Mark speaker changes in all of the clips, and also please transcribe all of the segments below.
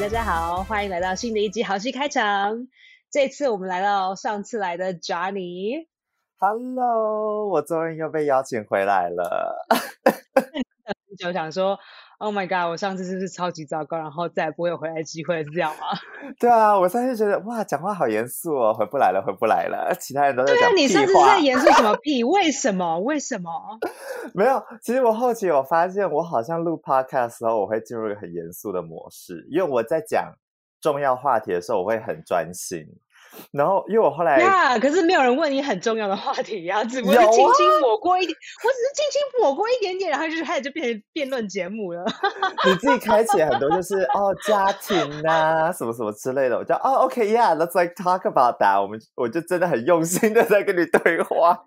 Speaker 1: 大家好，欢迎来到新的一集好戏开场。这次我们来到上次来的 Johnny，
Speaker 2: Hello，我终于又被邀请回来了。
Speaker 1: 就想说，Oh my god，我上次是不是超级糟糕，然后再也不会有回来机会，是这样 吗？
Speaker 2: 对啊，我上次觉得哇，讲话好严肃哦，回不来了，回不来了。其他人都在
Speaker 1: 对啊
Speaker 2: 讲，
Speaker 1: 你
Speaker 2: 屁
Speaker 1: 上次是
Speaker 2: 话
Speaker 1: 在。严肃什么 屁？为什么？为什么？
Speaker 2: 没有，其实我后期我发现，我好像录 podcast 的时候，我会进入一个很严肃的模式，因为我在讲重要话题的时候，我会很专心。然后，因为我后来
Speaker 1: 那、可是没有人问你很重要的话题 啊，只不过
Speaker 2: 哎有
Speaker 1: 是
Speaker 2: 啊
Speaker 1: 轻轻抹过一点，我只是轻轻抹过一点点，然后就开始就变成辩论节目了。
Speaker 2: 你自己开启了很多就是哦家庭啊什么什么之类的，我就哦 OK yeah，let's like talk about that，我们我就真的很用心的在跟你对话。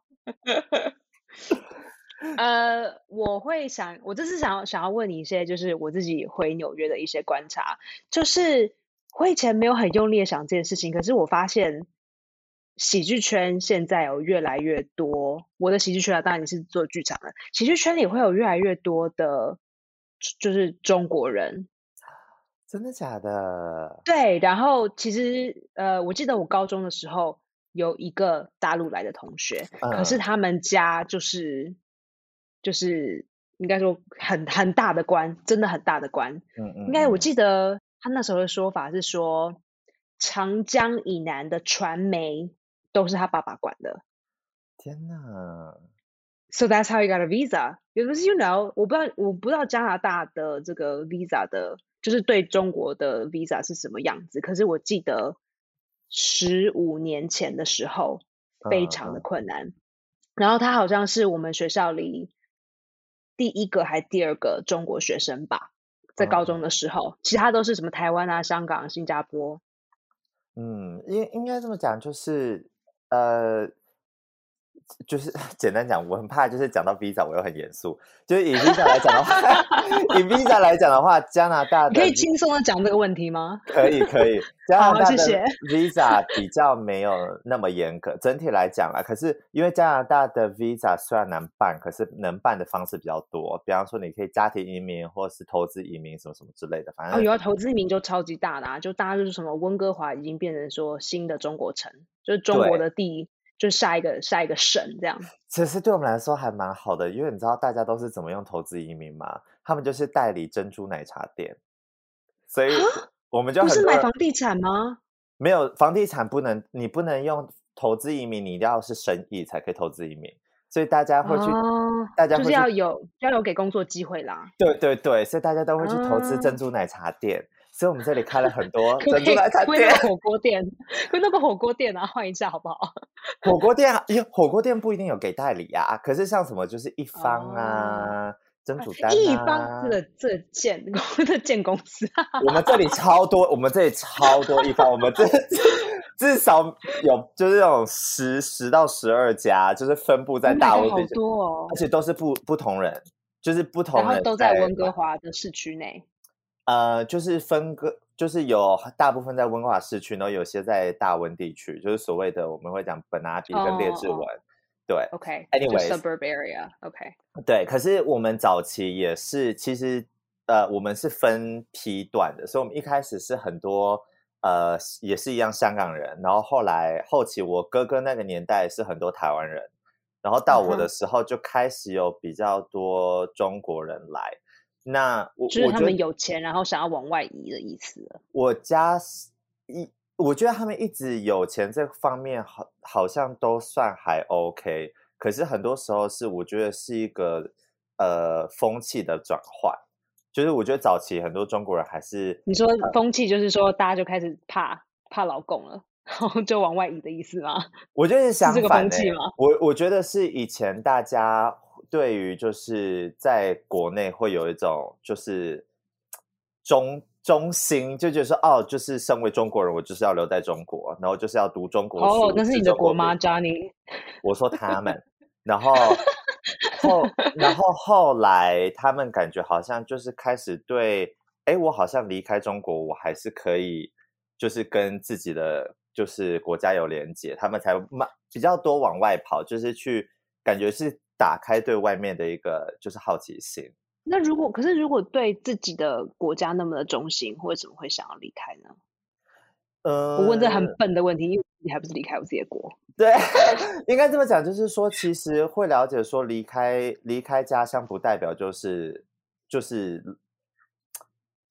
Speaker 1: 呃，我会想，我这次想要想要问你一些，就是我自己回纽约的一些观察。就是我以前没有很用力的想这件事情，可是我发现喜剧圈现在有越来越多，我的喜剧圈啊，当然你是做剧场的，喜剧圈里会有越来越多的，就就是中国人。
Speaker 2: 真的假的？
Speaker 1: 对，然后其实呃，我记得我高中的时候有一个大陆来的同学，可是
Speaker 2: 嗯
Speaker 1: 他们家就是就是应该说很很大的官，真的很大的官。
Speaker 2: 嗯嗯，
Speaker 1: 应该我
Speaker 2: 嗯
Speaker 1: 记得他那时候的说法是说，长江以南的传媒都是他爸爸管的。
Speaker 2: 天哪，
Speaker 1: So that's how he got a visa. Because you know，我不知道我不知道加拿大的这个 visa 的，就是对中国的 visa 是什么样子。可是我记得十五年前的时候，非
Speaker 2: 嗯
Speaker 1: 常的困难。然后他好像是我们学校里第一个还第二个中国学生吧，
Speaker 2: 嗯
Speaker 1: 在高中的时候，其他都是什么台湾啊、香港、新加坡。
Speaker 2: 嗯，应应该这么讲，就是呃，就是 简单讲，我很怕就是讲到 visa，我又很严肃。就是以 visa 来讲的话， 以 visa 来讲的话，加拿大 的
Speaker 1: 你可以
Speaker 2: vi-
Speaker 1: 轻松的讲这个问题吗？
Speaker 2: 可以可以，加
Speaker 1: 好
Speaker 2: 拿大
Speaker 1: 谢
Speaker 2: 的
Speaker 1: 谢
Speaker 2: visa 比较没有那么严格，整体来讲啊，可是因为加拿大的 visa 虽然难办，可是能办的方式比较多，比方说你可以家庭移民或是投资移民什么什么之类的，反
Speaker 1: 哦，
Speaker 2: 正
Speaker 1: 有啊，投资移民就超级大啦、就大家就是什么温哥华已经变成说新的中国城，就是中国
Speaker 2: 对
Speaker 1: 的第一，就是下一个下一个省这样。
Speaker 2: 其实对我们来说还蛮好的，因为你知道大家都是怎么用投资移民吗？他们就是代理珍珠奶茶店，所以我们就
Speaker 1: 啊不
Speaker 2: 很
Speaker 1: 是
Speaker 2: 多
Speaker 1: 买
Speaker 2: 人
Speaker 1: 房地产吗？
Speaker 2: 没有房地产不能，你不能用投资移民，你一定要是生意才可以投资移民，所以大家会去，
Speaker 1: 哦，
Speaker 2: 大家
Speaker 1: 就
Speaker 2: 会
Speaker 1: 是
Speaker 2: 去
Speaker 1: 要有要有给工作机会啦。
Speaker 2: 对对对，所以大家都会去投资
Speaker 1: 啊
Speaker 2: 珍珠奶茶店，所以我们这里开了很多
Speaker 1: 可不
Speaker 2: 哦珍
Speaker 1: 可
Speaker 2: 珠
Speaker 1: 以
Speaker 2: 奶茶
Speaker 1: 归那
Speaker 2: 店、
Speaker 1: 个火锅店，归那个火锅店啊，换一下好不好？
Speaker 2: 火锅店啊，因为火锅店不一定有给代理啊，可是像什么就是一方啊、珍珠丹
Speaker 1: 哦一
Speaker 2: 啊
Speaker 1: 方，这个这个建这建 公司，啊
Speaker 2: 我们这里超多，我们这里超多一方，我们这 至少有就是那种十十到十二家，就是分布在
Speaker 1: Oh my
Speaker 2: 大
Speaker 1: god，
Speaker 2: 温
Speaker 1: 好
Speaker 2: 地区，
Speaker 1: 多哦
Speaker 2: 而，且都是不不同人，就是不同
Speaker 1: 然
Speaker 2: 人，
Speaker 1: 后都在温哥华的市区内。
Speaker 2: 呃，就是分割，就是有大部分在温哥华市区，然后有些在大温地区，就是所谓的我们会讲本阿比跟列
Speaker 1: 哦
Speaker 2: 治
Speaker 1: 哦
Speaker 2: 文，对
Speaker 1: OK，
Speaker 2: Anyways
Speaker 1: ，suburb area，OK，
Speaker 2: 对。可是我们早期也是，其实呃，我们是分批段的，所以我们一开始是很多呃，也是一样香港人，然后后来后期我哥哥那个年代是很多台湾人，然后到我
Speaker 1: 嗯哼
Speaker 2: 的时候就开始有比较多中国人来。那我
Speaker 1: 就是
Speaker 2: 我觉
Speaker 1: 他
Speaker 2: 得
Speaker 1: 们有钱，然后想要往外移的意思了。
Speaker 2: 我家是一，我觉得他们一直有钱这方面好，好像都算还 OK。可是很多时候是，我觉得是一个呃风气的转换，就是我觉得早期很多中国人还是
Speaker 1: 你说风气就是说，大家就开始怕怕老公了，然后就往外移的意思吗？
Speaker 2: 我觉得是相
Speaker 1: 这个
Speaker 2: 反
Speaker 1: 风
Speaker 2: 呢、
Speaker 1: 气吗
Speaker 2: 我我觉得是以前大家对于就是在国内会有一种就是中中心，就觉得说哦，就是身为中国人，我就是要留在中国，然后就是要读中国书。
Speaker 1: 哦，那是
Speaker 2: 吃
Speaker 1: 你的
Speaker 2: 中
Speaker 1: 国
Speaker 2: 国
Speaker 1: 妈
Speaker 2: 饼
Speaker 1: Johnny，
Speaker 2: 我说他们，然后后然后后来他们感觉好像就是开始对，哎，我好像离开中国，我还是可以，就是跟自己的就是国家有连接，他们才慢比较多往外跑，就是去感觉是打开对外面的一个就是好奇心。
Speaker 1: 那如果可是如果对自己的国家那么的忠心，为什么会想要离开呢？
Speaker 2: 呃，
Speaker 1: 我问这很笨的问题，因为你还不是离开我自己的国？
Speaker 2: 对，应该这么讲，就是说，其实会了解说离开离开家乡，不代表就是就是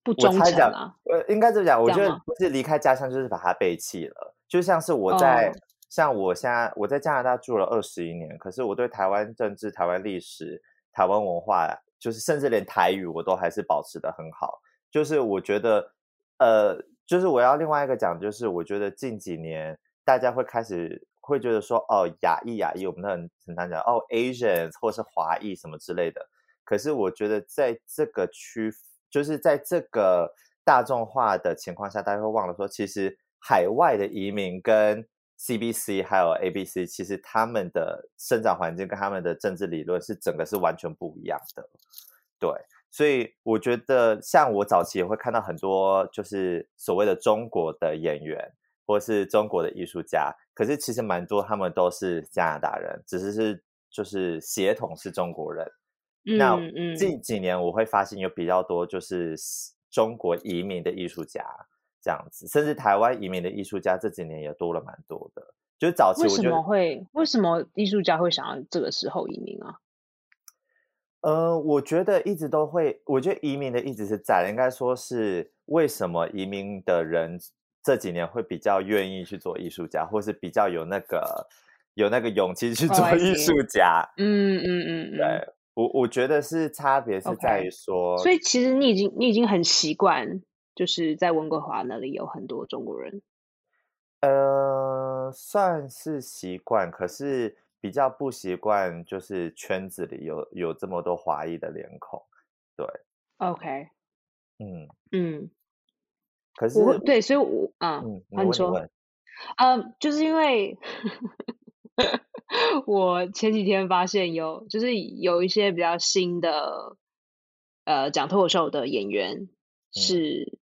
Speaker 1: 不忠
Speaker 2: 我猜
Speaker 1: 诚
Speaker 2: 讲
Speaker 1: 啊，
Speaker 2: 呃，应该这么讲，我
Speaker 1: 这
Speaker 2: 觉
Speaker 1: 样
Speaker 2: 得
Speaker 1: 吗
Speaker 2: 不是离开家乡，就是把它背弃了。就像是我在、
Speaker 1: 哦
Speaker 2: 像我现在我在加拿大住了二十一年，可是我对台湾政治、台湾历史、台湾文化，就是甚至连台语我都还是保持的很好。就是我觉得，呃，就是我要另外一个讲，就是我觉得近几年大家会开始会觉得说，哦，亚裔亚裔，我们都很很常讲，哦，Asians 或是华裔什么之类的。可是我觉得在这个区，就是在这个大众化的情况下，大家会忘了说，其实海外的移民跟 CBC 还有 ABC，其实他们的生长环境跟他们的政治理论是整个是完全不一样的。对，所以我觉得像我早期也会看到很多就是所谓的中国的演员。或是中国的艺术家，可是其实蛮多他们都是加拿大人，只是是就是血统是中国人，那
Speaker 1: 嗯嗯，
Speaker 2: 近几年我会发现有比较多就是西中国移民的艺术家这样子，甚至台湾移民的艺术家这几年也多了蛮多的。就是早期
Speaker 1: 为
Speaker 2: 我
Speaker 1: 什
Speaker 2: 觉
Speaker 1: 么
Speaker 2: 得，
Speaker 1: 会为什么艺术家会想要这个时候移民啊？
Speaker 2: 呃，我觉得一直都会，我觉得移民的一直是在，应该说是为什么移民的人这几年会比较愿意去做艺术家，或是比较有那个有那个勇气去
Speaker 1: 哦
Speaker 2: 做
Speaker 1: ，I
Speaker 2: 艺
Speaker 1: see
Speaker 2: 术家。
Speaker 1: 嗯嗯嗯
Speaker 2: 对
Speaker 1: 嗯
Speaker 2: 我，我觉得是差别是在于
Speaker 1: ，OK。
Speaker 2: 说，
Speaker 1: 所以其实你已经你已经很习惯，就是在温哥华那里有很多中国人。
Speaker 2: 呃，算是习惯，可是比较不习惯，就是圈子里有有这么多华裔的脸孔，对，
Speaker 1: OK，
Speaker 2: 嗯，
Speaker 1: 嗯，
Speaker 2: 可
Speaker 1: 我会
Speaker 2: 是，
Speaker 1: 对，所以我啊，
Speaker 2: 嗯，你
Speaker 1: 好，你
Speaker 2: 问，你
Speaker 1: 说。
Speaker 2: 问，
Speaker 1: 呃，就是因为 我前几天发现有，就是有一些比较新的，呃，讲脱口秀的演员
Speaker 2: 嗯
Speaker 1: 是，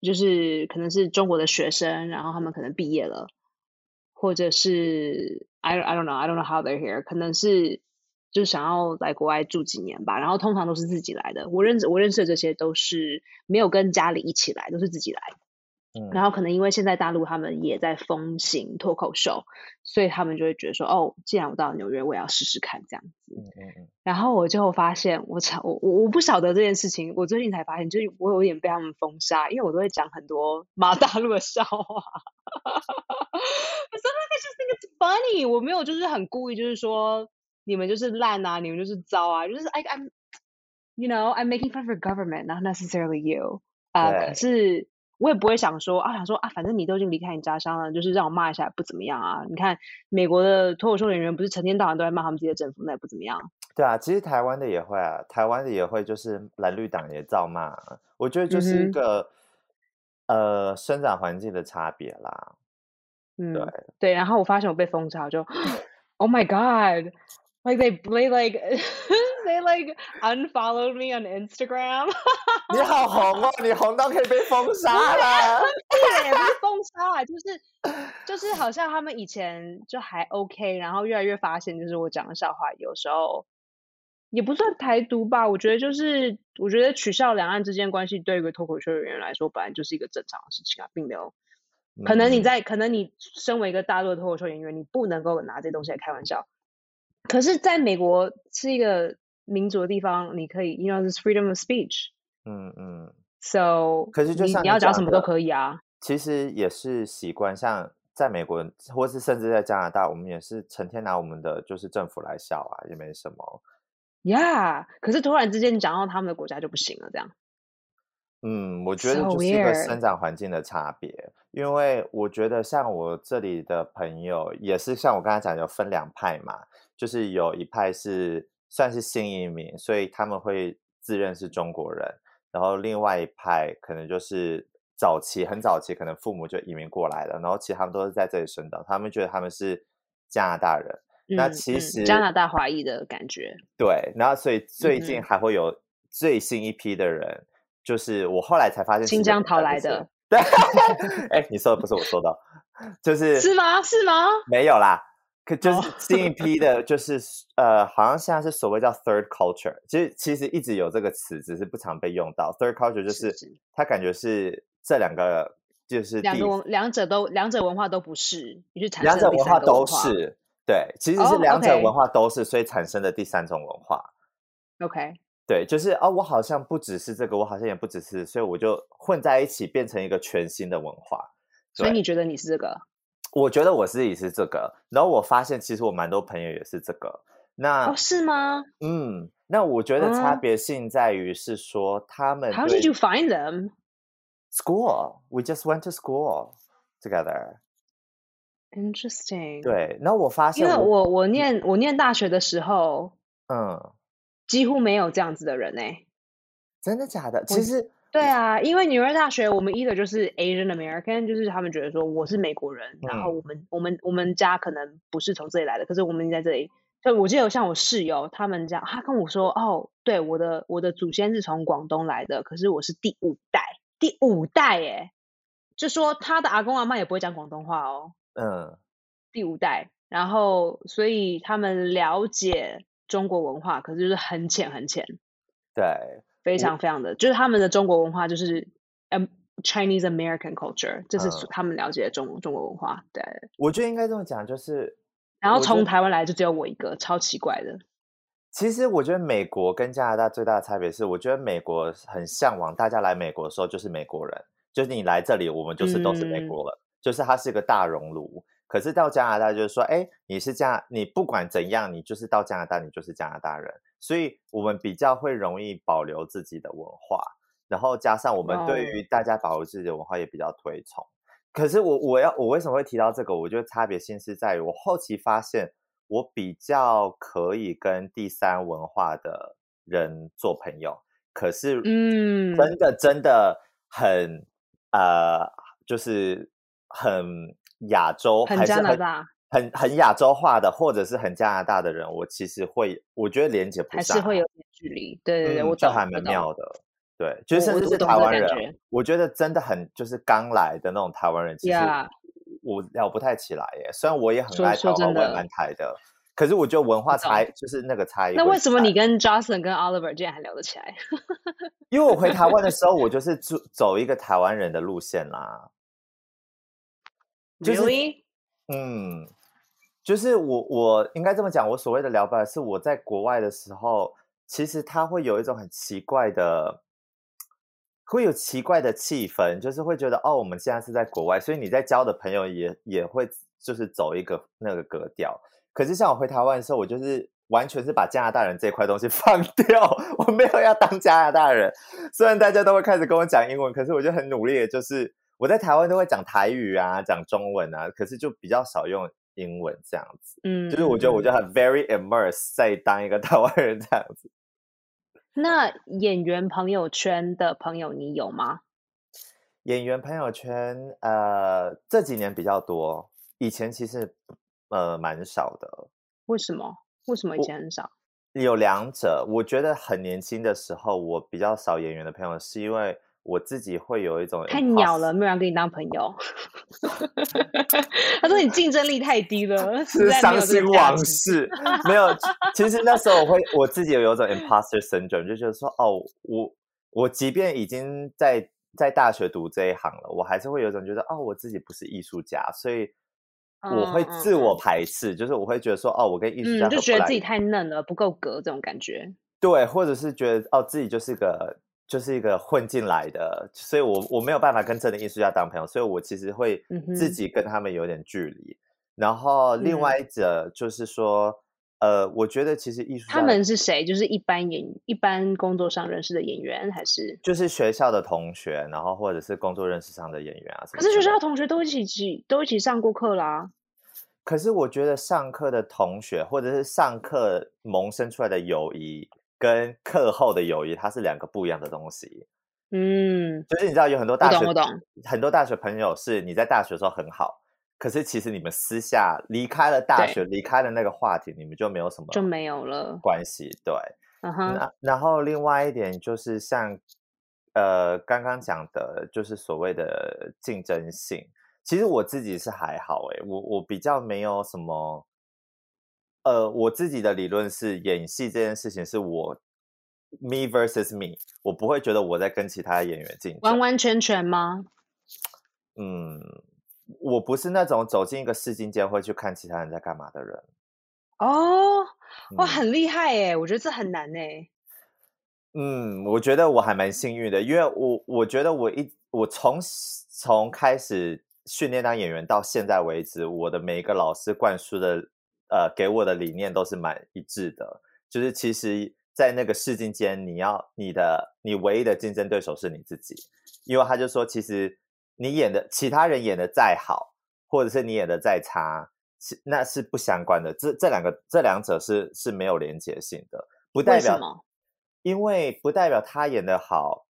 Speaker 1: 就是可能是中国的学生，然后他们可能毕业了，或者是 I I don't know I don't know how they're here，可能是就想要来国外住几年吧，然后通常都是自己来的。我认我认识的这些都是没有跟家里一起来，都是自己来。然
Speaker 2: 嗯
Speaker 1: 后可能因为现在大陆他们也在风行脱口秀，所以他们就会觉得说，哦，既然我到了纽约，我也要试试看这样子。
Speaker 2: 嗯嗯嗯，
Speaker 1: 然后我就发现，我操，我我我不晓得这件事情，我最近才发现，就是我有点被他们封杀，因为我都会讲很多骂大陆的笑话。 我说那个就是那个 funny，我没有就是很故意，就是说你们就是烂啊，你们就是糟啊，就是 I I'm you know I'm making fun of your government, not necessarily you 啊、可
Speaker 2: 对，
Speaker 1: 是我也不会想说啊，想说啊，反正你都已经离开你家乡了，就是让我骂一下也不怎么样啊。你看美国的脱口秀演员不是成天到晚都在骂他们自己的政府，那也不怎么样。
Speaker 2: 对啊，其实台湾的也会啊，台湾的也会，就是蓝绿党也照骂啊，我觉得就
Speaker 1: 嗯
Speaker 2: 是一
Speaker 1: 哼，
Speaker 2: 个呃生长环境的差别啦， 对，
Speaker 1: 嗯，对。然后我发现我被封杀，我就 Oh my God。Like they, they like, they like unfollowed me on Instagram.
Speaker 2: 你好红哦，你红到可以被封杀
Speaker 1: 啊
Speaker 2: 啦，
Speaker 1: 对，不是封 杀啊，就是就是好像他们以前就还 OK，然后越来越发现，就是我讲的笑话有时候也不算台独吧，我觉得就是我觉得取笑两岸之间关系对于一个脱口秀演员来说，本来就是一个正常的事情啊，并没有。可能你
Speaker 2: 嗯，
Speaker 1: 在，可能你身为一个大陆的脱口秀演员，你不能够拿这东西来开玩笑。可是，在美国是一个民主的地方，你可以，you know, this freedom of speech。
Speaker 2: 嗯嗯。
Speaker 1: So
Speaker 2: 可是就
Speaker 1: 你
Speaker 2: 像
Speaker 1: 你
Speaker 2: 你
Speaker 1: 要讲什
Speaker 2: 讲
Speaker 1: 么都
Speaker 2: 的，
Speaker 1: 可以啊。
Speaker 2: 其实也是习惯，像在美国或是甚至在加拿大，我们也是成天拿我们的就是政府来笑啊，也没什么。
Speaker 1: Yeah，可是突然之间你讲到他们的国家就不行了，这样
Speaker 2: 嗯，我
Speaker 1: so
Speaker 2: 觉得就是一个生
Speaker 1: weird。
Speaker 2: 长环境的差别，因为我觉得像我这里的朋友也是像我刚才讲有分两派嘛，就是有一派是算是新移民，所以他们会自认是中国人，然后另外一派可能就是早期很早期可能父母就移民过来了，然后其实他们都是在这里生长，他们觉得他们是加拿大人，那
Speaker 1: 嗯
Speaker 2: 其
Speaker 1: 嗯，加
Speaker 2: 实。
Speaker 1: 拿大华裔的感觉。
Speaker 2: 对，然后所以
Speaker 1: 嗯
Speaker 2: 最近
Speaker 1: 哼，
Speaker 2: 还会有最新一批的人，就是我后来才发现，
Speaker 1: 新
Speaker 2: 其实
Speaker 1: 疆
Speaker 2: 本
Speaker 1: 逃
Speaker 2: 来就
Speaker 1: 来
Speaker 2: 是，
Speaker 1: 的
Speaker 2: 对，哎，你说的不是我说的哦，就是
Speaker 1: 是吗？是吗？
Speaker 2: 没有啦，可就是
Speaker 1: 哦
Speaker 2: 新一批的，就是呃，好像现在是所谓叫 third culture，其实其实一直有这个词，只是不常被用到。third culture 就是是
Speaker 1: 是
Speaker 2: 它感觉是这两个就是
Speaker 1: 两
Speaker 2: 地
Speaker 1: 个文两者都两者文化都不是，你去产
Speaker 2: 两
Speaker 1: 生
Speaker 2: 者
Speaker 1: 了第
Speaker 2: 文
Speaker 1: 三
Speaker 2: 化
Speaker 1: 个
Speaker 2: 都
Speaker 1: 文化。
Speaker 2: 是对，其实
Speaker 1: 哦
Speaker 2: 是两者
Speaker 1: ，OK
Speaker 2: 文化都是，所以产生的第三种文化。
Speaker 1: OK，
Speaker 2: 对，就是啊、我好像不只是这个，我好像也不只是，所以我就混在一起，变成一个全新的文化。
Speaker 1: 所以
Speaker 2: 对
Speaker 1: 你觉得你是这个
Speaker 2: 我觉得我自己是这个，然后我发现其实我蛮多朋友也是这个。那
Speaker 1: 哦？是吗
Speaker 2: 嗯，那我觉得差
Speaker 1: 嗯
Speaker 2: 别性在于是说他们
Speaker 1: ？How
Speaker 2: 对
Speaker 1: did you find them？
Speaker 2: school, we just went to school together。
Speaker 1: Interesting。，
Speaker 2: 对，然后我嗯发
Speaker 1: 嗯因
Speaker 2: 现
Speaker 1: 为我我念我念大学的时候，
Speaker 2: 嗯，
Speaker 1: 几乎没有这样子的人呢、
Speaker 2: 真的假的？
Speaker 1: 我
Speaker 2: 其实
Speaker 1: 对啊，因为纽约大学我们 either 就是 Asian American，就是他们觉得说我是美国人，然后
Speaker 2: 嗯
Speaker 1: 我们我们我们家可能不是从这里来的，可是我们在这里。就我记得像我室友他们家，他跟我说，哦，对，我的我的祖先是从广东来的，可是我是第五代，第五代耶，就说他的阿公阿嬷也不会讲广东话哦。
Speaker 2: 嗯，
Speaker 1: 第五代，然后所以他们了解中国文化，可是就是很浅很浅，
Speaker 2: 对，
Speaker 1: 非
Speaker 2: 我
Speaker 1: 常非常的，就是他们的中国文化就是嗯 Chinese American culture，这是
Speaker 2: 嗯
Speaker 1: 他们了解的中中国文化。对，
Speaker 2: 我觉得应该这么讲，就是
Speaker 1: 然后
Speaker 2: 我觉
Speaker 1: 从
Speaker 2: 得
Speaker 1: 台湾来就只有我一个，超奇怪的。
Speaker 2: 其实我觉得美国跟加拿大最大的差别是，我觉得美国很向往大家来美国的时候就是美国人，就是你来这里，我们就是都是美
Speaker 1: 嗯
Speaker 2: 国人，就是它是一个大熔炉。可是到加拿大就是说，哎，你是加，你不管怎样，你就是到加拿大，你就是加拿大人，所以我们比较会容易保留自己的文化，然后加上我们
Speaker 1: 哦
Speaker 2: 对于大家保留自己的文化也比较推崇。可是我我要我为什么会提到这个？我觉得差别性是在于我后期发现，我比较可以跟第三文化的人做朋友，可是
Speaker 1: 嗯，
Speaker 2: 真的真的很、呃，就是很亚洲，
Speaker 1: 很
Speaker 2: 还
Speaker 1: 加
Speaker 2: 是
Speaker 1: 拿
Speaker 2: 很
Speaker 1: 大
Speaker 2: 很很亚洲化的，或者是很加拿大的人，我其实会我觉得连接不
Speaker 1: 还
Speaker 2: 上
Speaker 1: 是
Speaker 2: 来，
Speaker 1: 会有点距离。对对对，
Speaker 2: 嗯
Speaker 1: 我
Speaker 2: 这
Speaker 1: 懂，
Speaker 2: 还
Speaker 1: 我
Speaker 2: 蛮
Speaker 1: 懂。
Speaker 2: 妙的。对，就是
Speaker 1: 我
Speaker 2: 甚
Speaker 1: 我
Speaker 2: 至
Speaker 1: 我
Speaker 2: 是
Speaker 1: 懂
Speaker 2: 台
Speaker 1: 这个
Speaker 2: 湾
Speaker 1: 感
Speaker 2: 人
Speaker 1: 觉，
Speaker 2: 我觉得真的很就是刚来的那种台湾人，其实
Speaker 1: Yeah
Speaker 2: 我聊呃不太起来耶。虽然我也很
Speaker 1: 说
Speaker 2: 爱台
Speaker 1: 说
Speaker 2: 湾，
Speaker 1: 真
Speaker 2: 我也
Speaker 1: 的
Speaker 2: 蛮台的，可是我觉得文化
Speaker 1: 懂
Speaker 2: 差异就是那个差异会
Speaker 1: 那
Speaker 2: 在。
Speaker 1: 为什么你跟 Johnson 跟 Oliver 竟然还聊得起来？
Speaker 2: 因为我回台湾的时候，我就是走走一个台湾人的路线啦。就是
Speaker 1: really？
Speaker 2: 嗯，就是我我应该这么讲，我所谓的聊吧，是我在国外的时候，其实它会有一种很奇怪的，会有奇怪的气氛，就是会觉得哦，我们现在是在国外，所以你在交的朋友也也会就是走一个那个格调。可是像我回台湾的时候，我就是完全是把加拿大人这块东西 放掉，我没有要当加拿大人。虽然大家都会开始跟我讲英文，可是我就很努力，的，就是我在台湾都会讲台语啊，讲中文啊，可是就比较少用英文这样子。
Speaker 1: 嗯，
Speaker 2: 就是我觉得我
Speaker 1: 嗯
Speaker 2: 就很 very immersed 在当一个台湾人这样子。
Speaker 1: 那演员朋友圈的朋友你有吗？
Speaker 2: 演员朋友圈，呃，这几年比较多，以前其实呃蛮少的。
Speaker 1: 为什么？为什么以前很少？
Speaker 2: 有两者，我觉得很年轻的时候，我比较少演员的朋友，是因为我自己会有一种
Speaker 1: 太
Speaker 2: imposter-
Speaker 1: 鸟了，没有人跟你当朋友。 他说你竞争力太低了，实
Speaker 2: 是
Speaker 1: 在没
Speaker 2: 伤
Speaker 1: 有这
Speaker 2: 心
Speaker 1: 个价
Speaker 2: 往
Speaker 1: 值
Speaker 2: 事，没有。其实那时候我会我自己有一种 imposter syndrome，就觉得说，哦，我我即便已经在在大学读这一行了，我还是会有一种觉得，哦，我自己不是艺术家，所以我会
Speaker 1: 嗯嗯
Speaker 2: 自我排斥，就是我会觉得说，哦，我跟艺术家
Speaker 1: 嗯，
Speaker 2: 合
Speaker 1: 就
Speaker 2: 不
Speaker 1: 觉得
Speaker 2: 来
Speaker 1: 自己太嫩了，不够格这种感觉。
Speaker 2: 对，或者是觉得哦自己就是个就是一个混进来的，所以我我没有办法跟真的艺术家当朋友，所以我其实会
Speaker 1: 嗯
Speaker 2: 自
Speaker 1: 哼
Speaker 2: 己跟他们有点距离。然后另
Speaker 1: 嗯
Speaker 2: 外一者就是说，呃，我觉得其实艺术
Speaker 1: 他
Speaker 2: 家的
Speaker 1: 们是谁？就是一般演一般工作上认识的演员，还是？
Speaker 2: 就是学校的同学，然后或者是工作认识上的演员啊什么
Speaker 1: 可是
Speaker 2: 之
Speaker 1: 学校
Speaker 2: 类的
Speaker 1: 同学都一起起都一起上过课啦。
Speaker 2: 可是我觉得上课的同学，或者是上课萌生出来的友谊，跟课后的友谊，它是两个不一样的东西。
Speaker 1: 嗯，
Speaker 2: 就是你知道有很多
Speaker 1: 我
Speaker 2: 大学，
Speaker 1: 懂，我懂。
Speaker 2: 很多大学朋友是你在大学的时候很好，可是其实你们私下离开了大
Speaker 1: 对
Speaker 2: 学，离开了那个话题，你们就没有什么
Speaker 1: 就没有了。
Speaker 2: 关系。对，
Speaker 1: 嗯哼，
Speaker 2: 那然后另外一点就是像呃刚刚讲的，就是所谓的竞争性。其实我自己是还好诶、我我比较没有什么呃，我自己的理论是，演戏这件事情是我 me versus me，我不会觉得我在跟其他演员竞争。
Speaker 1: 完完全全吗？
Speaker 2: 嗯，我不是那种走进一个试镜间会去看其他人在干嘛的人。
Speaker 1: 哦，哇，
Speaker 2: 嗯
Speaker 1: 很厉害耶！我觉得这很难哎。
Speaker 2: 嗯，我觉得我还蛮幸运的，因为我我觉得我一我从从开始训练当演员到现在为止，我的每一个老师灌输的呃给我的理念都是蛮一致的，就是其实，在那个试镜间，你要你的你唯一的竞争对手是你自己，因为他就说，其实你演的其他人演的再好，或者是你演的再差，是那是不相关的，这这两个这两者是是没有连结性的，不代
Speaker 1: 为什
Speaker 2: 表
Speaker 1: 么？
Speaker 2: 因为不代表他演的好，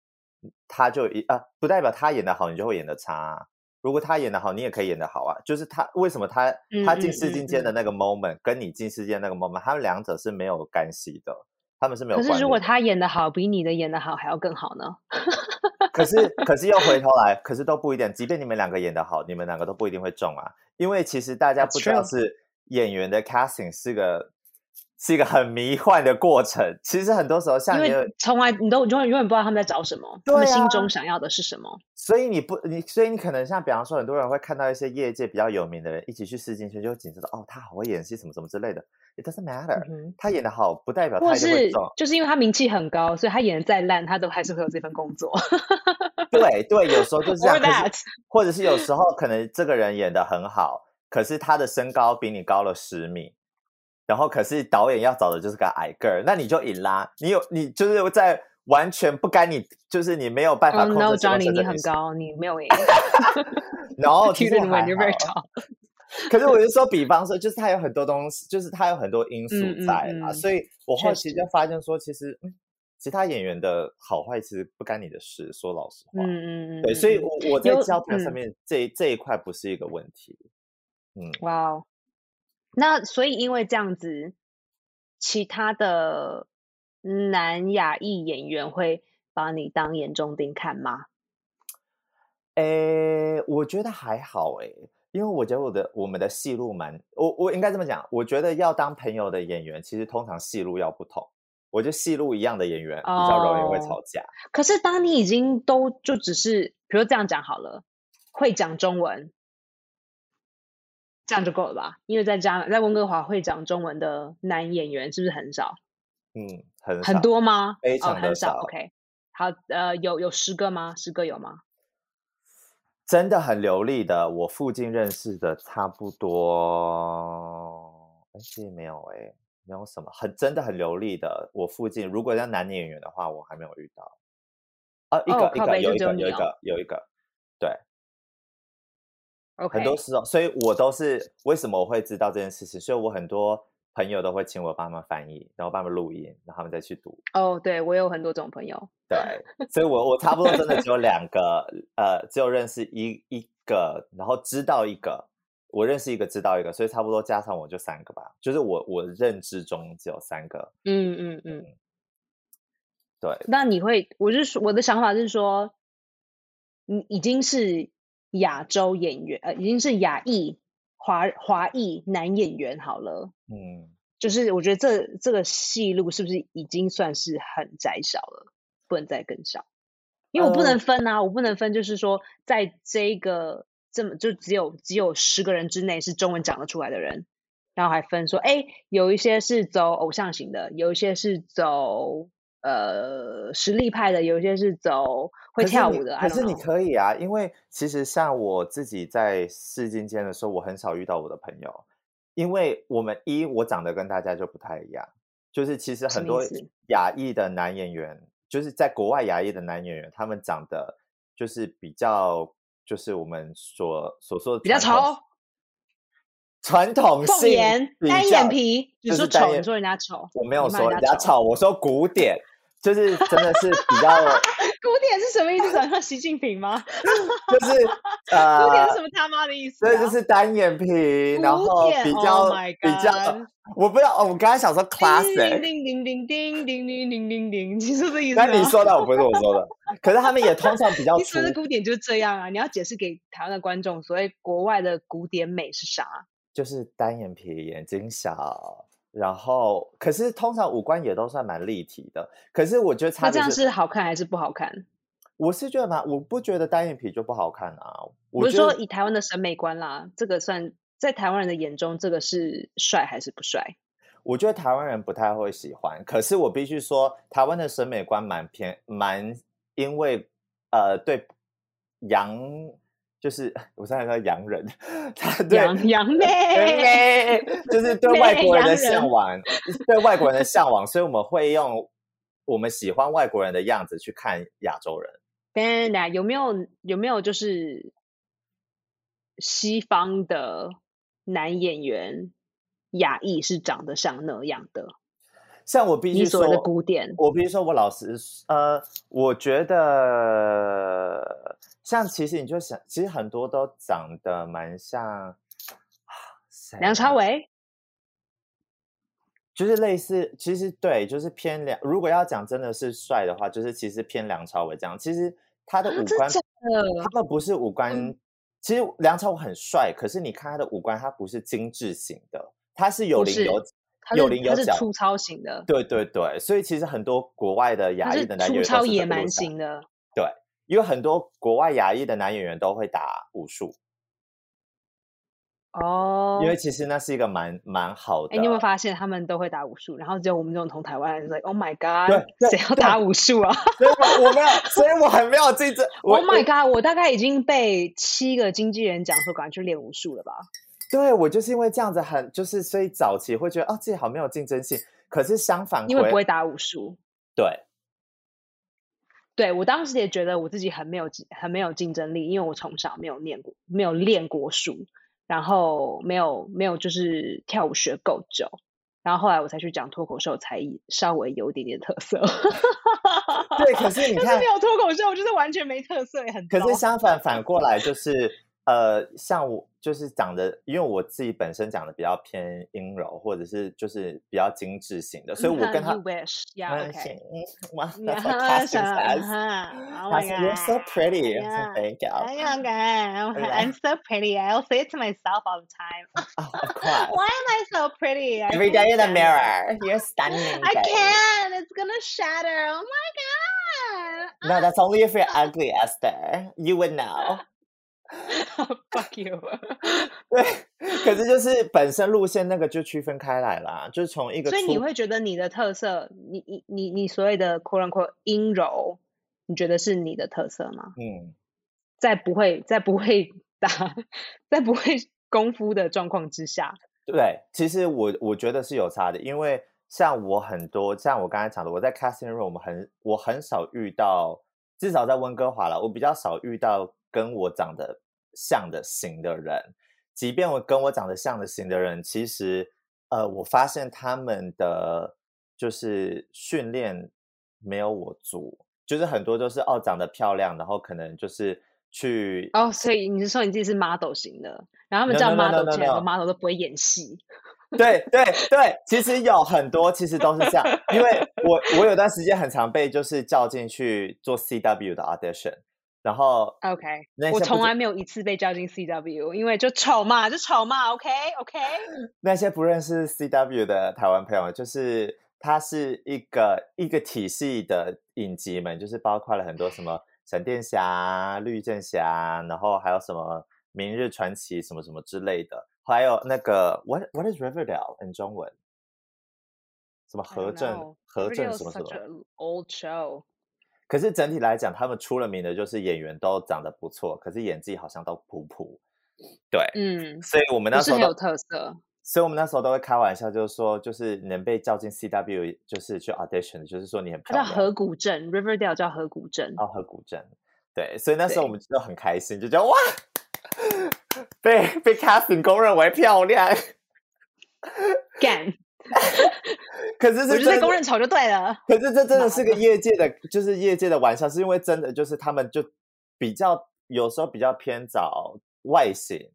Speaker 2: 他就一啊，不代表他演的好，你就会演的差啊、如果他演的好，你也可以演的好啊。就是他为什么他他
Speaker 1: 嗯
Speaker 2: 进
Speaker 1: 嗯
Speaker 2: 试
Speaker 1: 嗯
Speaker 2: 镜间的那个 moment，、跟你进试镜那个 moment，他们两者是没有干系的，他们是没有
Speaker 1: 可
Speaker 2: 关
Speaker 1: 是如果
Speaker 2: 联
Speaker 1: 他演的好，比你的演的好还要更好呢？
Speaker 2: 的可是可是又回头来，可是都不一定。即便你们两个演的好，你们两个都不一定会中啊，因为其实大家
Speaker 1: That's
Speaker 2: 不知道
Speaker 1: true
Speaker 2: 是演员的 casting 是个是一个很迷幻的过程。其实很多时候像
Speaker 1: 因
Speaker 2: 你有。
Speaker 1: 为从来你都永远永远不知道他们在找什么，他们
Speaker 2: 对
Speaker 1: 心
Speaker 2: 啊
Speaker 1: 中想要的是什么。
Speaker 2: 所以你不你，所以你可能像比方说，很多人会看到一些业界比较有名的人一起去试镜圈，就会紧张的哦，他好会演戏，什么什么之类的。It doesn't matter，、
Speaker 1: 嗯哼
Speaker 2: 他演的好不代表
Speaker 1: 或
Speaker 2: 呃他一定会
Speaker 1: 是
Speaker 2: 中。
Speaker 1: 就是因为他名气很高，所以他演的再烂，他都还是会有这份工 作。
Speaker 2: 对对，有时候就是这
Speaker 1: Or
Speaker 2: 样。可是
Speaker 1: that，
Speaker 2: 或者是有时候可能这个人演的很好，可是他的身高比你高了十米，然后可是导演要找的就是个矮个儿，那你就赢啦。你有你就是在完全不干你，就是你没有办法
Speaker 1: 嗯
Speaker 2: 控
Speaker 1: ，No
Speaker 2: 制身高
Speaker 1: Johnny，
Speaker 2: 身
Speaker 1: 你
Speaker 2: 的
Speaker 1: 很
Speaker 2: 女生，
Speaker 1: 高，你 没有赢。
Speaker 2: 然后其
Speaker 1: You
Speaker 2: 实
Speaker 1: didn't
Speaker 2: 还
Speaker 1: win, you're very
Speaker 2: 好哦
Speaker 1: tall。
Speaker 2: 可是我就说，比方说，就是它有很多东西，就是它有很多因素
Speaker 1: 嗯嗯
Speaker 2: 在啦，
Speaker 1: 嗯
Speaker 2: 所以我后
Speaker 1: 确
Speaker 2: 期
Speaker 1: 实
Speaker 2: 就发现说，其实、嗯、其他演员的好坏其实不干你的事，说老实话，
Speaker 1: 嗯嗯嗯，
Speaker 2: 对，所以
Speaker 1: 嗯
Speaker 2: 我我在
Speaker 1: 有
Speaker 2: 交朋友上
Speaker 1: 嗯
Speaker 2: 面、这一这一块不是一个问题，嗯，
Speaker 1: 哇哦，那所以因为这样子，其他的男亚裔演员会把你当眼中钉看吗？
Speaker 2: 诶，我觉得还好诶，因为我觉得我的我们的戏路蛮，我我应该这么讲，我觉得要当朋友的演员，其实通常戏路要不同，我觉得戏路一样的演员比较容易会
Speaker 1: 哦
Speaker 2: 吵架。
Speaker 1: 可是当你已经都就只是，比如这样讲好了，会讲中文，这样就够了吧？因为在加拿在温哥华会讲中文的男演员是不是很少？
Speaker 2: 嗯，很
Speaker 1: 很
Speaker 2: 少
Speaker 1: 多吗？
Speaker 2: 非
Speaker 1: 哦，
Speaker 2: 常
Speaker 1: 很
Speaker 2: 地
Speaker 1: 少。
Speaker 2: 少
Speaker 1: OK，好，呃，有有十个吗？十个有吗？
Speaker 2: 真的很流利的，我附近认识的差不多，哎，其实没有哎、没有什么很真的很流利的。我附近如果要男演员的话，我还没有遇到。啊，一
Speaker 1: 哦
Speaker 2: 个、一
Speaker 1: 靠
Speaker 2: 个
Speaker 1: 北
Speaker 2: 有
Speaker 1: 就
Speaker 2: 一
Speaker 1: 只有
Speaker 2: 个有一
Speaker 1: 你哦
Speaker 2: 个有一个，
Speaker 1: OK，
Speaker 2: 很多时候，所以我都是为什么我会知道这件事情，所以我很多朋友都会请我帮他们翻译，然后帮他们录音，然后他们再去读。
Speaker 1: 哦，对我有很多这种朋友，
Speaker 2: 对，所以我我差不多真的只有两个，呃，只有认识一一个，然后知道一个，我认识一个，知道一个，所以差不多加上我就三个吧，就是我我认知中只有三个。
Speaker 1: 嗯嗯嗯。
Speaker 2: 对，
Speaker 1: 那你会，我是说我的想法是说，你已经是亚洲演员，呃，已经是亚裔华华裔男演员好了。
Speaker 2: 嗯，
Speaker 1: 就是我觉得这这个戏路是不是已经算是很窄小了，不能再更小？因为我不
Speaker 2: 呃
Speaker 1: 能分啊，我不能分，就是说在这个这么就只有只有十个人之内是中文讲得出来的人，然后还分说，哎，有一些是走偶像型的，有一些是走呃实力派的，有一些是走会
Speaker 2: 可是
Speaker 1: 跳
Speaker 2: 你
Speaker 1: 舞的。
Speaker 2: 可
Speaker 1: I don't
Speaker 2: 是你
Speaker 1: know
Speaker 2: 可以啊，因为其实像我自己在试镜间的时候，我很少遇到我的朋友，因为我们一我长得跟大家就不太一样，就是其实
Speaker 1: 什
Speaker 2: 很
Speaker 1: 么意
Speaker 2: 多
Speaker 1: 思
Speaker 2: 亚裔的男演员，就是在国外亚裔的男演员，他们长得就是比较就是我们所所说的
Speaker 1: 比较
Speaker 2: 传统
Speaker 1: 丑，
Speaker 2: 传统
Speaker 1: 凤
Speaker 2: 性
Speaker 1: 眼、
Speaker 2: 比
Speaker 1: 单
Speaker 2: 较
Speaker 1: 眼皮，你
Speaker 2: 就
Speaker 1: 说
Speaker 2: 是单
Speaker 1: 丑，你
Speaker 2: 眼
Speaker 1: 说人家 丑，
Speaker 2: 我没有
Speaker 1: 你骂
Speaker 2: 说
Speaker 1: 人
Speaker 2: 人
Speaker 1: 家
Speaker 2: 家丑，我说古典，就是真的是比较
Speaker 1: 古典是什么意思？ 长得像习近平吗？
Speaker 2: 就是呃，
Speaker 1: 古典是什么他妈的意思、啊？
Speaker 2: 对，就是单眼皮，然
Speaker 1: 古
Speaker 2: 后
Speaker 1: 典
Speaker 2: 比
Speaker 1: ，Oh
Speaker 2: 较
Speaker 1: my
Speaker 2: 比较
Speaker 1: God，
Speaker 2: 我不知道，哦我刚才想说 classic，
Speaker 1: 叮叮叮叮叮叮叮叮叮， 你说这意思
Speaker 2: 那
Speaker 1: 吗？
Speaker 2: 你说的我不是我说的，可是他们也通常比 较
Speaker 1: 你
Speaker 2: 粗
Speaker 1: 说，的古典就是这样啊！你要解释给台湾的观众，所谓国外的古典美是啥？啊
Speaker 2: 就是单眼皮，眼睛小，然后可是通常五官也都算蛮立体的，可是我觉得差
Speaker 1: 那这
Speaker 2: 别
Speaker 1: 样
Speaker 2: 是，
Speaker 1: 是好看还是不好看？
Speaker 2: 我是觉得嘛，我不觉得单眼皮就不好看啊，
Speaker 1: 我
Speaker 2: 我
Speaker 1: 是
Speaker 2: 觉
Speaker 1: 说
Speaker 2: 得
Speaker 1: 以台湾的审美观啦，这个算在台湾人的眼中，这个是帅还是不帅？
Speaker 2: 我觉得台湾人不太会喜欢，可是我必须说，台湾的审美观蛮偏蛮，因为呃对洋就是 我现在说洋人，他对呃
Speaker 1: 杨杨妹，
Speaker 2: 对，就是对外国人的 向
Speaker 1: 洋
Speaker 2: 往，对外国人的向往，所以我们会用我们喜欢外国人的样子去看亚洲人。
Speaker 1: 等等，啊有没有有没有就是西方的男演员亚裔是长得像那样的？
Speaker 2: 像我必
Speaker 1: 你
Speaker 2: 须
Speaker 1: 所谓的
Speaker 2: 说，
Speaker 1: 古典，
Speaker 2: 我必须说，我老实说呃，我觉得像其实你就想，其实很多都长得蛮像谁
Speaker 1: 梁
Speaker 2: 啊
Speaker 1: 朝伟，
Speaker 2: 就是类似，其实对，就是偏梁。如果要讲真的是帅的话，就是其实偏梁朝伟这样。其实他的
Speaker 1: 啊
Speaker 2: 五
Speaker 1: 真
Speaker 2: 官，
Speaker 1: 假的嗯
Speaker 2: 他们不是五官。其实梁朝伟很帅，可是你看他的五官，他不是精致型的，他是有
Speaker 1: 不
Speaker 2: 棱
Speaker 1: 是
Speaker 2: 有
Speaker 1: 他
Speaker 2: 有
Speaker 1: 是
Speaker 2: 棱
Speaker 1: 他
Speaker 2: 有
Speaker 1: 是
Speaker 2: 角。
Speaker 1: 粗糙型的，
Speaker 2: 对对对，所以其实很多国外的
Speaker 1: 他
Speaker 2: 亚裔
Speaker 1: 是
Speaker 2: 的男演
Speaker 1: 粗
Speaker 2: 员都
Speaker 1: 糙
Speaker 2: 是
Speaker 1: 野
Speaker 2: 这个路
Speaker 1: 蛮
Speaker 2: 线
Speaker 1: 型，的。
Speaker 2: 因为很多国外亚裔的男演员都会打武术，
Speaker 1: 哦
Speaker 2: 因，为其实那是一个蛮蛮好
Speaker 1: 哎，
Speaker 2: 的。
Speaker 1: 你有没有发现他们都会打武术？然后只有我们这种同台湾人，like oh my
Speaker 2: 对
Speaker 1: god，
Speaker 2: 对
Speaker 1: 谁要打武术啊
Speaker 2: 所以我我没有，所以我很没有竞争。我
Speaker 1: ？Oh my
Speaker 2: 我
Speaker 1: god，我大概已经被七个经纪人讲说赶快去练武术了吧？
Speaker 2: 对我就是因为这样子很，就是所以早期会觉得哦自己好没有竞争性，可是相反
Speaker 1: 因为
Speaker 2: 回
Speaker 1: 不会打武术。
Speaker 2: 对
Speaker 1: 对我当时也觉得我自己很没有竞很没有竞争力，因为我从小没有念过没有练过书，然后没有没有就是跳舞学够久，然后后来我才去讲脱口秀，才稍微有一点点特色。
Speaker 2: 对，可是你
Speaker 1: 但是
Speaker 2: 看
Speaker 1: 没，有脱口秀，就是完全没特色，也很
Speaker 2: 可
Speaker 1: 糟
Speaker 2: 是相反反过来就是呃，像我就是讲的，因为我自己本身讲的比较偏阴柔，或者是就是比较精致型的，所
Speaker 1: 嗯
Speaker 2: 以我跟他
Speaker 1: You。wish, yeah,
Speaker 2: 嗯
Speaker 1: okay.
Speaker 2: 哇
Speaker 1: Yeah,
Speaker 2: that's what Catherine
Speaker 1: sure,
Speaker 2: says.
Speaker 1: uh-huh. Oh my
Speaker 2: Catherine, you're so
Speaker 1: God,
Speaker 2: pretty.
Speaker 1: yeah.
Speaker 2: Thank you.
Speaker 1: Oh my God,
Speaker 2: Yeah.
Speaker 1: I'm so pretty. I'll say it to myself all the time.
Speaker 2: Oh, of course.
Speaker 1: Why am I so pretty? I
Speaker 2: Every
Speaker 1: can't
Speaker 2: day in the
Speaker 1: stand it.
Speaker 2: mirror. You're stunning.
Speaker 1: I
Speaker 2: babe.
Speaker 1: can't. It's gonna shatter. Oh my god.
Speaker 2: No, that's only if you're ugly, Esther. You would know.
Speaker 1: Fuck you.
Speaker 2: 对，可是就是本身路线那个就区分开来啦，就是从 一个
Speaker 1: 所以你
Speaker 2: 粗
Speaker 1: 会觉得你的特色，你你你你所谓的 “quote unquote” 阴柔，你觉得是你的特色吗？
Speaker 2: 嗯，
Speaker 1: 在不会在不会打在不会功夫的状况之下，
Speaker 2: 对，其实我我觉得是有差的，因为像我很多像我刚才讲的，我在 casting room 我们很我很少遇到，至少在温哥华啦，我比较少遇到跟我长得像的型的人，即便我跟我长得像的型的人，其实呃，我发现他们的就是训练没有我足，就是很多都是哦长得漂亮，然后可能就是去
Speaker 1: 哦、所以你是说你自己是 model 型的，然后他们
Speaker 2: No,
Speaker 1: 叫
Speaker 2: no, no, no,
Speaker 1: model，
Speaker 2: no,
Speaker 1: 前很多
Speaker 2: no.
Speaker 1: model 都不会演戏，
Speaker 2: 对对对，其实有很多其实都是这样，因为我我有段时间很常被就是叫进去做 CW 的 audition，然后
Speaker 1: OK，
Speaker 2: 那些
Speaker 1: 我
Speaker 2: 不
Speaker 1: 从
Speaker 2: 知
Speaker 1: 来没有一次被叫进 CW，因为就丑嘛，就丑嘛，OK OK。
Speaker 2: 那些不认识 CW 的台湾朋友，就是它是一个一个体系的影集们，就是包括了很多什么闪电侠、绿箭侠，然后还有什么明日传奇什么什么之类的，还有那个 What What is Riverdale in 中文？什么
Speaker 1: I
Speaker 2: 和
Speaker 1: don't
Speaker 2: 正
Speaker 1: know.
Speaker 2: 和
Speaker 1: Riverdale
Speaker 2: 正
Speaker 1: is
Speaker 2: 什么什
Speaker 1: such
Speaker 2: 么？
Speaker 1: an old show。
Speaker 2: 可是整体来讲，他们出了名的就是演员都长得不错，可是演技好像都普普。对，
Speaker 1: 嗯，
Speaker 2: 所以我们
Speaker 1: 不
Speaker 2: 那
Speaker 1: 是
Speaker 2: 时候
Speaker 1: 很有
Speaker 2: 都，
Speaker 1: 特色。
Speaker 2: 所以我们那时候都会开玩笑，就是说，就是能被叫进 CW，就是去 audition，的就是说你很
Speaker 1: 它叫
Speaker 2: 漂亮，
Speaker 1: 河谷镇，Riverdale 叫河谷镇。
Speaker 2: 然后和古镇。对，所以那时候我
Speaker 1: 对
Speaker 2: 们就很开心，就觉得哇， 被被 casting 公认为漂亮。
Speaker 1: 干，
Speaker 2: 可是
Speaker 1: 我
Speaker 2: 这
Speaker 1: 就被
Speaker 2: 真
Speaker 1: 公
Speaker 2: 的
Speaker 1: 认丑就对了。
Speaker 2: 可是这真的是
Speaker 1: 麻
Speaker 2: 个业界的， 就是业界的玩笑，是因为真的就是他们就比较有时候比较偏找外形，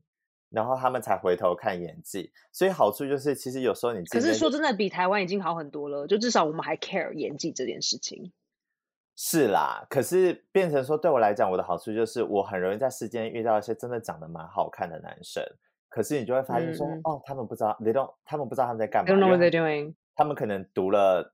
Speaker 2: 然后他们才回头看演技，所以好处就是其实有时候你
Speaker 1: 可
Speaker 2: 今
Speaker 1: 是
Speaker 2: 天
Speaker 1: 说
Speaker 2: 就
Speaker 1: 真的，比台湾已经好很多了，就至少我们还 care 演技这件事情。
Speaker 2: 是啦，可是变成说对我来讲，我的好处就是我很容易在世间遇到一些真的长得蛮好看的男生，可是你就会发现说，
Speaker 1: 嗯嗯
Speaker 2: 哦，他们不知道，they don't，他们不知道他们在干
Speaker 1: I don't
Speaker 2: 嘛，因
Speaker 1: know
Speaker 2: 为
Speaker 1: what
Speaker 2: 他
Speaker 1: they're doing.
Speaker 2: 他们可能读了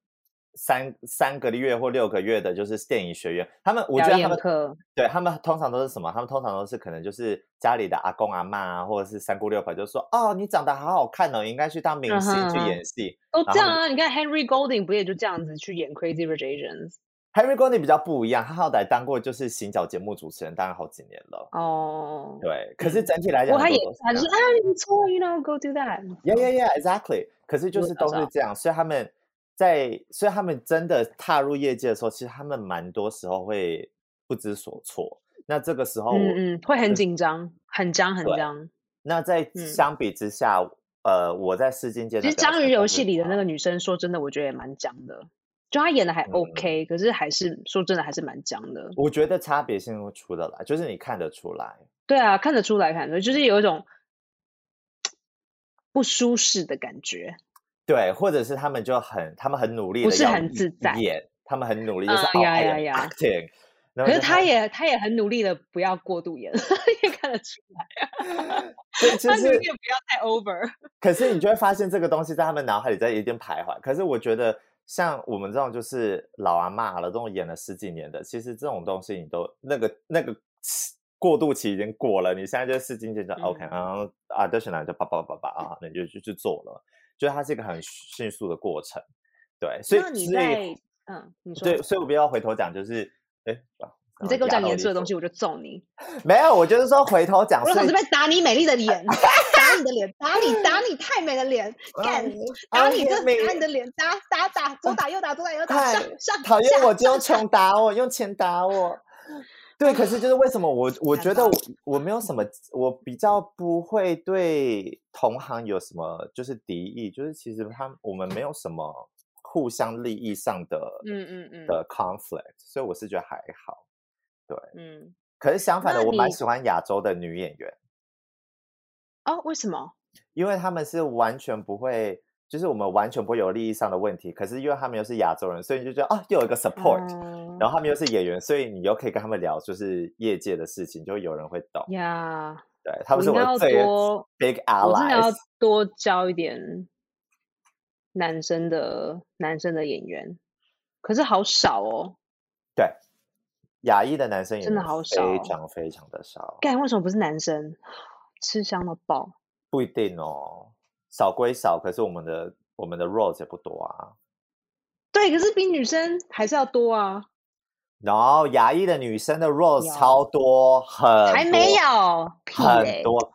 Speaker 2: 三三个月或六个月的，就是电影学院。他们我觉
Speaker 1: 表
Speaker 2: 得他
Speaker 1: 演
Speaker 2: 们
Speaker 1: 课，
Speaker 2: 对他们通常都是什么？他们通常都是可能就是家里的阿公阿嬷啊，或者是三姑六婆就说：“哦，你长得好好看哦，你应该去当明
Speaker 1: 嗯
Speaker 2: 星、
Speaker 1: 哼
Speaker 2: 去
Speaker 1: 嗯哼
Speaker 2: 演戏。
Speaker 1: 都
Speaker 2: 然
Speaker 1: 这
Speaker 2: 后
Speaker 1: 样啊！你看 Henry Golding 不也就这样子去演 Crazy Rich Asians？”
Speaker 2: Harry g o n i 比较不一样，他好歹当过就是行脚节目主持人，当了好几年了。
Speaker 1: 哦，
Speaker 2: 对，可是整体来
Speaker 1: 不过
Speaker 2: 讲，
Speaker 1: 他
Speaker 2: 很
Speaker 1: 也
Speaker 2: 多都是
Speaker 1: 他
Speaker 2: 这
Speaker 1: 就
Speaker 2: 样
Speaker 1: 是啊，你不错，you know，go do that。
Speaker 2: Yeah, yeah, yeah, exactly. 可是就
Speaker 1: 多
Speaker 2: 是
Speaker 1: 少
Speaker 2: 都是
Speaker 1: 少
Speaker 2: 这样，所以他们在，所以他们真的踏入业界的时候，其实他们蛮多时候会不知所措。那这个时候我，
Speaker 1: 嗯嗯，会很
Speaker 2: 就
Speaker 1: 紧张，很张很
Speaker 2: 对
Speaker 1: 张，
Speaker 2: 那在
Speaker 1: 嗯
Speaker 2: 相比之下，呃，我在试镜阶
Speaker 1: 其
Speaker 2: 段
Speaker 1: 实
Speaker 2: 表
Speaker 1: 章
Speaker 2: 现
Speaker 1: 鱼
Speaker 2: 都
Speaker 1: 游
Speaker 2: 是
Speaker 1: 戏里的那
Speaker 2: 好
Speaker 1: 个女生，说真的，我觉得也蛮僵的。就她演的还
Speaker 2: 啊嗯
Speaker 1: OK，、可是还是说真的还是蛮僵的。
Speaker 2: 我觉得差别性会出的来，就是你看得出来。
Speaker 1: 对啊，看得出来，看得出来就是有一种不舒适的感觉。
Speaker 2: 对，或者是他们就很，他们很努力
Speaker 1: 不
Speaker 2: 的
Speaker 1: 是
Speaker 2: 要
Speaker 1: 很
Speaker 2: 一
Speaker 1: 自在
Speaker 2: 演，他们很努力，就是
Speaker 1: 啊
Speaker 2: 哦
Speaker 1: 呀
Speaker 2: I
Speaker 1: 呀
Speaker 2: am
Speaker 1: 呀
Speaker 2: acting，然
Speaker 1: 可
Speaker 2: 后
Speaker 1: 是
Speaker 2: 就
Speaker 1: 她也她也很努力的不要过度演， 也看得出来，
Speaker 2: 这其
Speaker 1: 她努
Speaker 2: 实
Speaker 1: 力地不要太 over。
Speaker 2: 可是你就会发现这个东西在他们脑海里在一定徘徊。可是我觉得，像我们这种就是老阿妈了，这种演了十几年的，其实这种东西你都那个那个期过渡期已经过了，你现在就试镜就说、OK，
Speaker 1: 嗯
Speaker 2: 然后 audition 来就叭叭叭叭啊，那你就去去做了，就是它是一个很迅速的过程。对，所以
Speaker 1: 那你
Speaker 2: 所
Speaker 1: 在
Speaker 2: 以
Speaker 1: 嗯，你说
Speaker 2: 对，所以我不要回头讲，就是哎，哇
Speaker 1: 你再给我
Speaker 2: 压
Speaker 1: 讲
Speaker 2: 到
Speaker 1: 严肃的
Speaker 2: 衣服
Speaker 1: 东西，我就揍你！
Speaker 2: 没有，我就是说回头讲，
Speaker 1: 我的
Speaker 2: 啊所
Speaker 1: 口
Speaker 2: 以
Speaker 1: 这边打你美丽的脸，打你的脸，打你 打你太美的脸，
Speaker 2: 嗯
Speaker 1: 干！
Speaker 2: 啊
Speaker 1: 打你这打你的脸，打打打，左打右打，左打右打，
Speaker 2: 太
Speaker 1: 上上
Speaker 2: 讨厌
Speaker 1: 下
Speaker 2: 我就用
Speaker 1: 上
Speaker 2: 拳打我，用钱打我。对，可是就是为什么我我
Speaker 1: 太
Speaker 2: 觉得
Speaker 1: 棒
Speaker 2: 我我没有什
Speaker 1: 嗯
Speaker 2: 么，我比较不会对同行有什么就是敌意，就是其实他们我们没有什么互相利益上的
Speaker 1: 嗯嗯嗯
Speaker 2: 的 conflict，所以我是觉得还好。
Speaker 1: 嗯，
Speaker 2: 可是相反的，
Speaker 1: 那
Speaker 2: 我蛮
Speaker 1: 你
Speaker 2: 喜欢亚洲的女演员，
Speaker 1: 哦，为什么？
Speaker 2: 因为他们是完全不会，就是我们完全不会有利益上的问题。可是因为他们又是亚洲人，所以你就觉得啊，又有一个 support，、
Speaker 1: 嗯
Speaker 2: 然后他们又是演员，所以你又可以跟他们聊，就是业界的事情，就有人会懂。
Speaker 1: 呀，
Speaker 2: 对，他们是
Speaker 1: 我
Speaker 2: 我
Speaker 1: 应该
Speaker 2: 的
Speaker 1: 要
Speaker 2: 最
Speaker 1: 多
Speaker 2: big
Speaker 1: 我真的要
Speaker 2: allies。
Speaker 1: 多交一点男生的男生的演员，可是好少哦。
Speaker 2: 对，亚裔的男生演
Speaker 1: 真的
Speaker 2: 员
Speaker 1: 好
Speaker 2: 非
Speaker 1: 少哦
Speaker 2: 常非常的少，
Speaker 1: 干，为什么不是男生？吃香的爆，
Speaker 2: 不一定哦，少归少，可是我们的我们的 roles 也不多啊。
Speaker 1: 对，可是比女生还是要多啊，
Speaker 2: 然后亚裔的女生的 roles
Speaker 1: 有
Speaker 2: 超多，很
Speaker 1: 还没
Speaker 2: 多
Speaker 1: 有，屁
Speaker 2: 很
Speaker 1: 嘞，
Speaker 2: 多，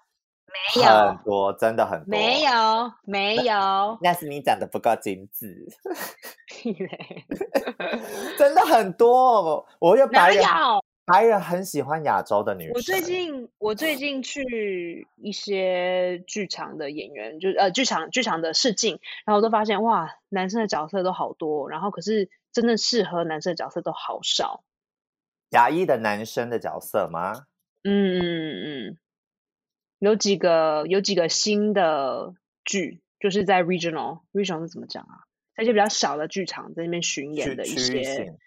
Speaker 1: 没有
Speaker 2: 很，多，真的很多，
Speaker 1: 没。有，没有，
Speaker 2: 那是你长得不够精致，
Speaker 1: 屁嘞，
Speaker 2: 真的很多。哦我觉得
Speaker 1: 哪
Speaker 2: 白
Speaker 1: 有？
Speaker 2: 人白人很喜欢亚洲的女生。
Speaker 1: 我最近我最近去一些剧场的演员，就是呃剧场剧场的试镜，然后我都发现哇，男生的角色都好多，然后可是真正适合男生的角色都好少。
Speaker 2: 牙医的男生的角色吗？
Speaker 1: 嗯嗯嗯，有几个有几个新的剧，就是在 regional regional 是怎么讲啊？在一些比较小的剧场在那边巡演
Speaker 2: 区
Speaker 1: 的一
Speaker 2: 区
Speaker 1: 些
Speaker 2: 域性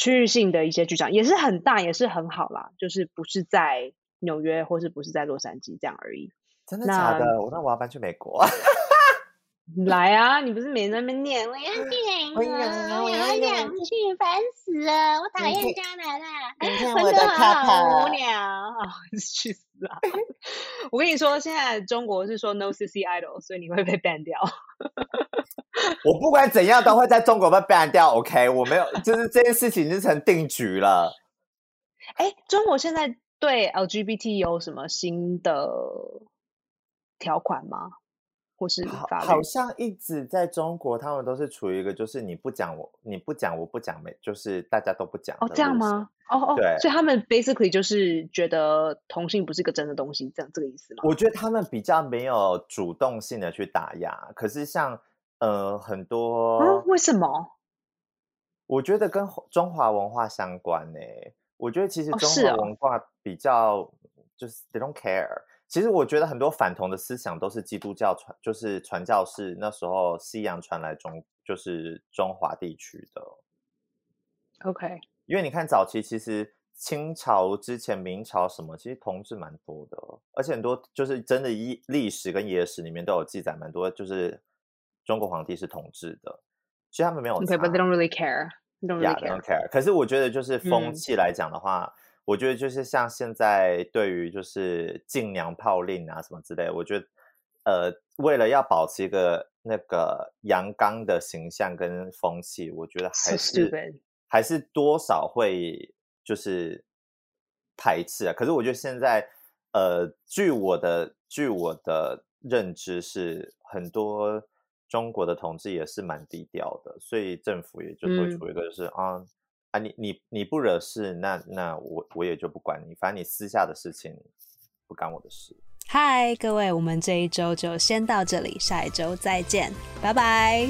Speaker 1: 区域性的一些剧场，也是很大，也是很好啦，就是不是在纽约或是不是在洛杉矶这样而已。
Speaker 2: 真的
Speaker 1: 那
Speaker 2: 假的？我那我要搬去美国。
Speaker 1: 来啊！你不是每天在那边念，我哎要
Speaker 2: 嗯
Speaker 3: 养
Speaker 2: 我
Speaker 3: 我
Speaker 2: 养
Speaker 3: 呀，
Speaker 2: 我
Speaker 3: 我
Speaker 2: 要
Speaker 3: 要
Speaker 2: 养
Speaker 3: 养去，烦死了！我讨
Speaker 2: 你
Speaker 3: 厌啊
Speaker 2: 看
Speaker 3: 加拿大，
Speaker 2: 你看
Speaker 3: 我
Speaker 2: 我的卡
Speaker 3: 好
Speaker 2: 卡
Speaker 3: 无，聊。
Speaker 1: 啊 去死啊！ 我跟你说，现在中国是说 no CC idol，所以你会被 ban 掉。
Speaker 2: 我不管怎样都会在中国被 ban 掉。OK，我没有，就是这件事情已经成定局了。
Speaker 1: 哎，中国现在对 LGBT 有什么新的条款吗？或是
Speaker 2: 好，
Speaker 1: 法
Speaker 2: 好
Speaker 1: 律？
Speaker 2: 像一直在中国，他们都是处于一个就是你不讲我，你不讲我不讲，没就是大家都不讲。
Speaker 1: 哦，这样？吗？哦哦，
Speaker 2: 对
Speaker 1: 所以他们 basically 就是觉得同性不是个真的东西，这样这个意思吗？
Speaker 2: 我觉得他们比较没有主动性的去打压，可是像呃很多、
Speaker 1: 啊，为什么？
Speaker 2: 我觉得跟华中华文化相关呢、我觉得其实
Speaker 1: 哦
Speaker 2: 中
Speaker 1: 是哦
Speaker 2: 华文化比较、就是 they don't care。其实我觉得很多反同的思想都是基督教传，就是传教士那时候西洋传来中，就是中华地区的。
Speaker 1: OK，
Speaker 2: 因为你看早期其实清朝之前、明朝什么，其实同志蛮多的哦，而且很多就是真的历历史跟野史里面都有记载蛮多，就是中国皇帝是同志的，其实他们没有
Speaker 1: Okay, 嗯 but
Speaker 2: 差
Speaker 1: they don't really care. They don't
Speaker 2: Yeah,
Speaker 1: really
Speaker 2: don't
Speaker 1: care.
Speaker 2: care。可是我觉得就是风
Speaker 1: 嗯
Speaker 2: 气来讲的话，我觉得就是像现在对于就是禁娘炮令啊什么之类，我觉得呃，为了要保持一个那个阳刚的形象跟风气，我觉得
Speaker 1: So
Speaker 2: 还是
Speaker 1: stupid.
Speaker 2: 还是多少会就是排斥啊。可是我觉得现在，呃，据我的据我的认知是，很多中国的同志也是蛮低调的，所以政府也就会
Speaker 1: 嗯
Speaker 2: 处于一个就是、啊啊，你你你不惹事，那那我我也就不管你，反正你私下的事情不干我的事。
Speaker 4: 嗨，各位，我们这一周就先到这里，下一周再见，拜拜。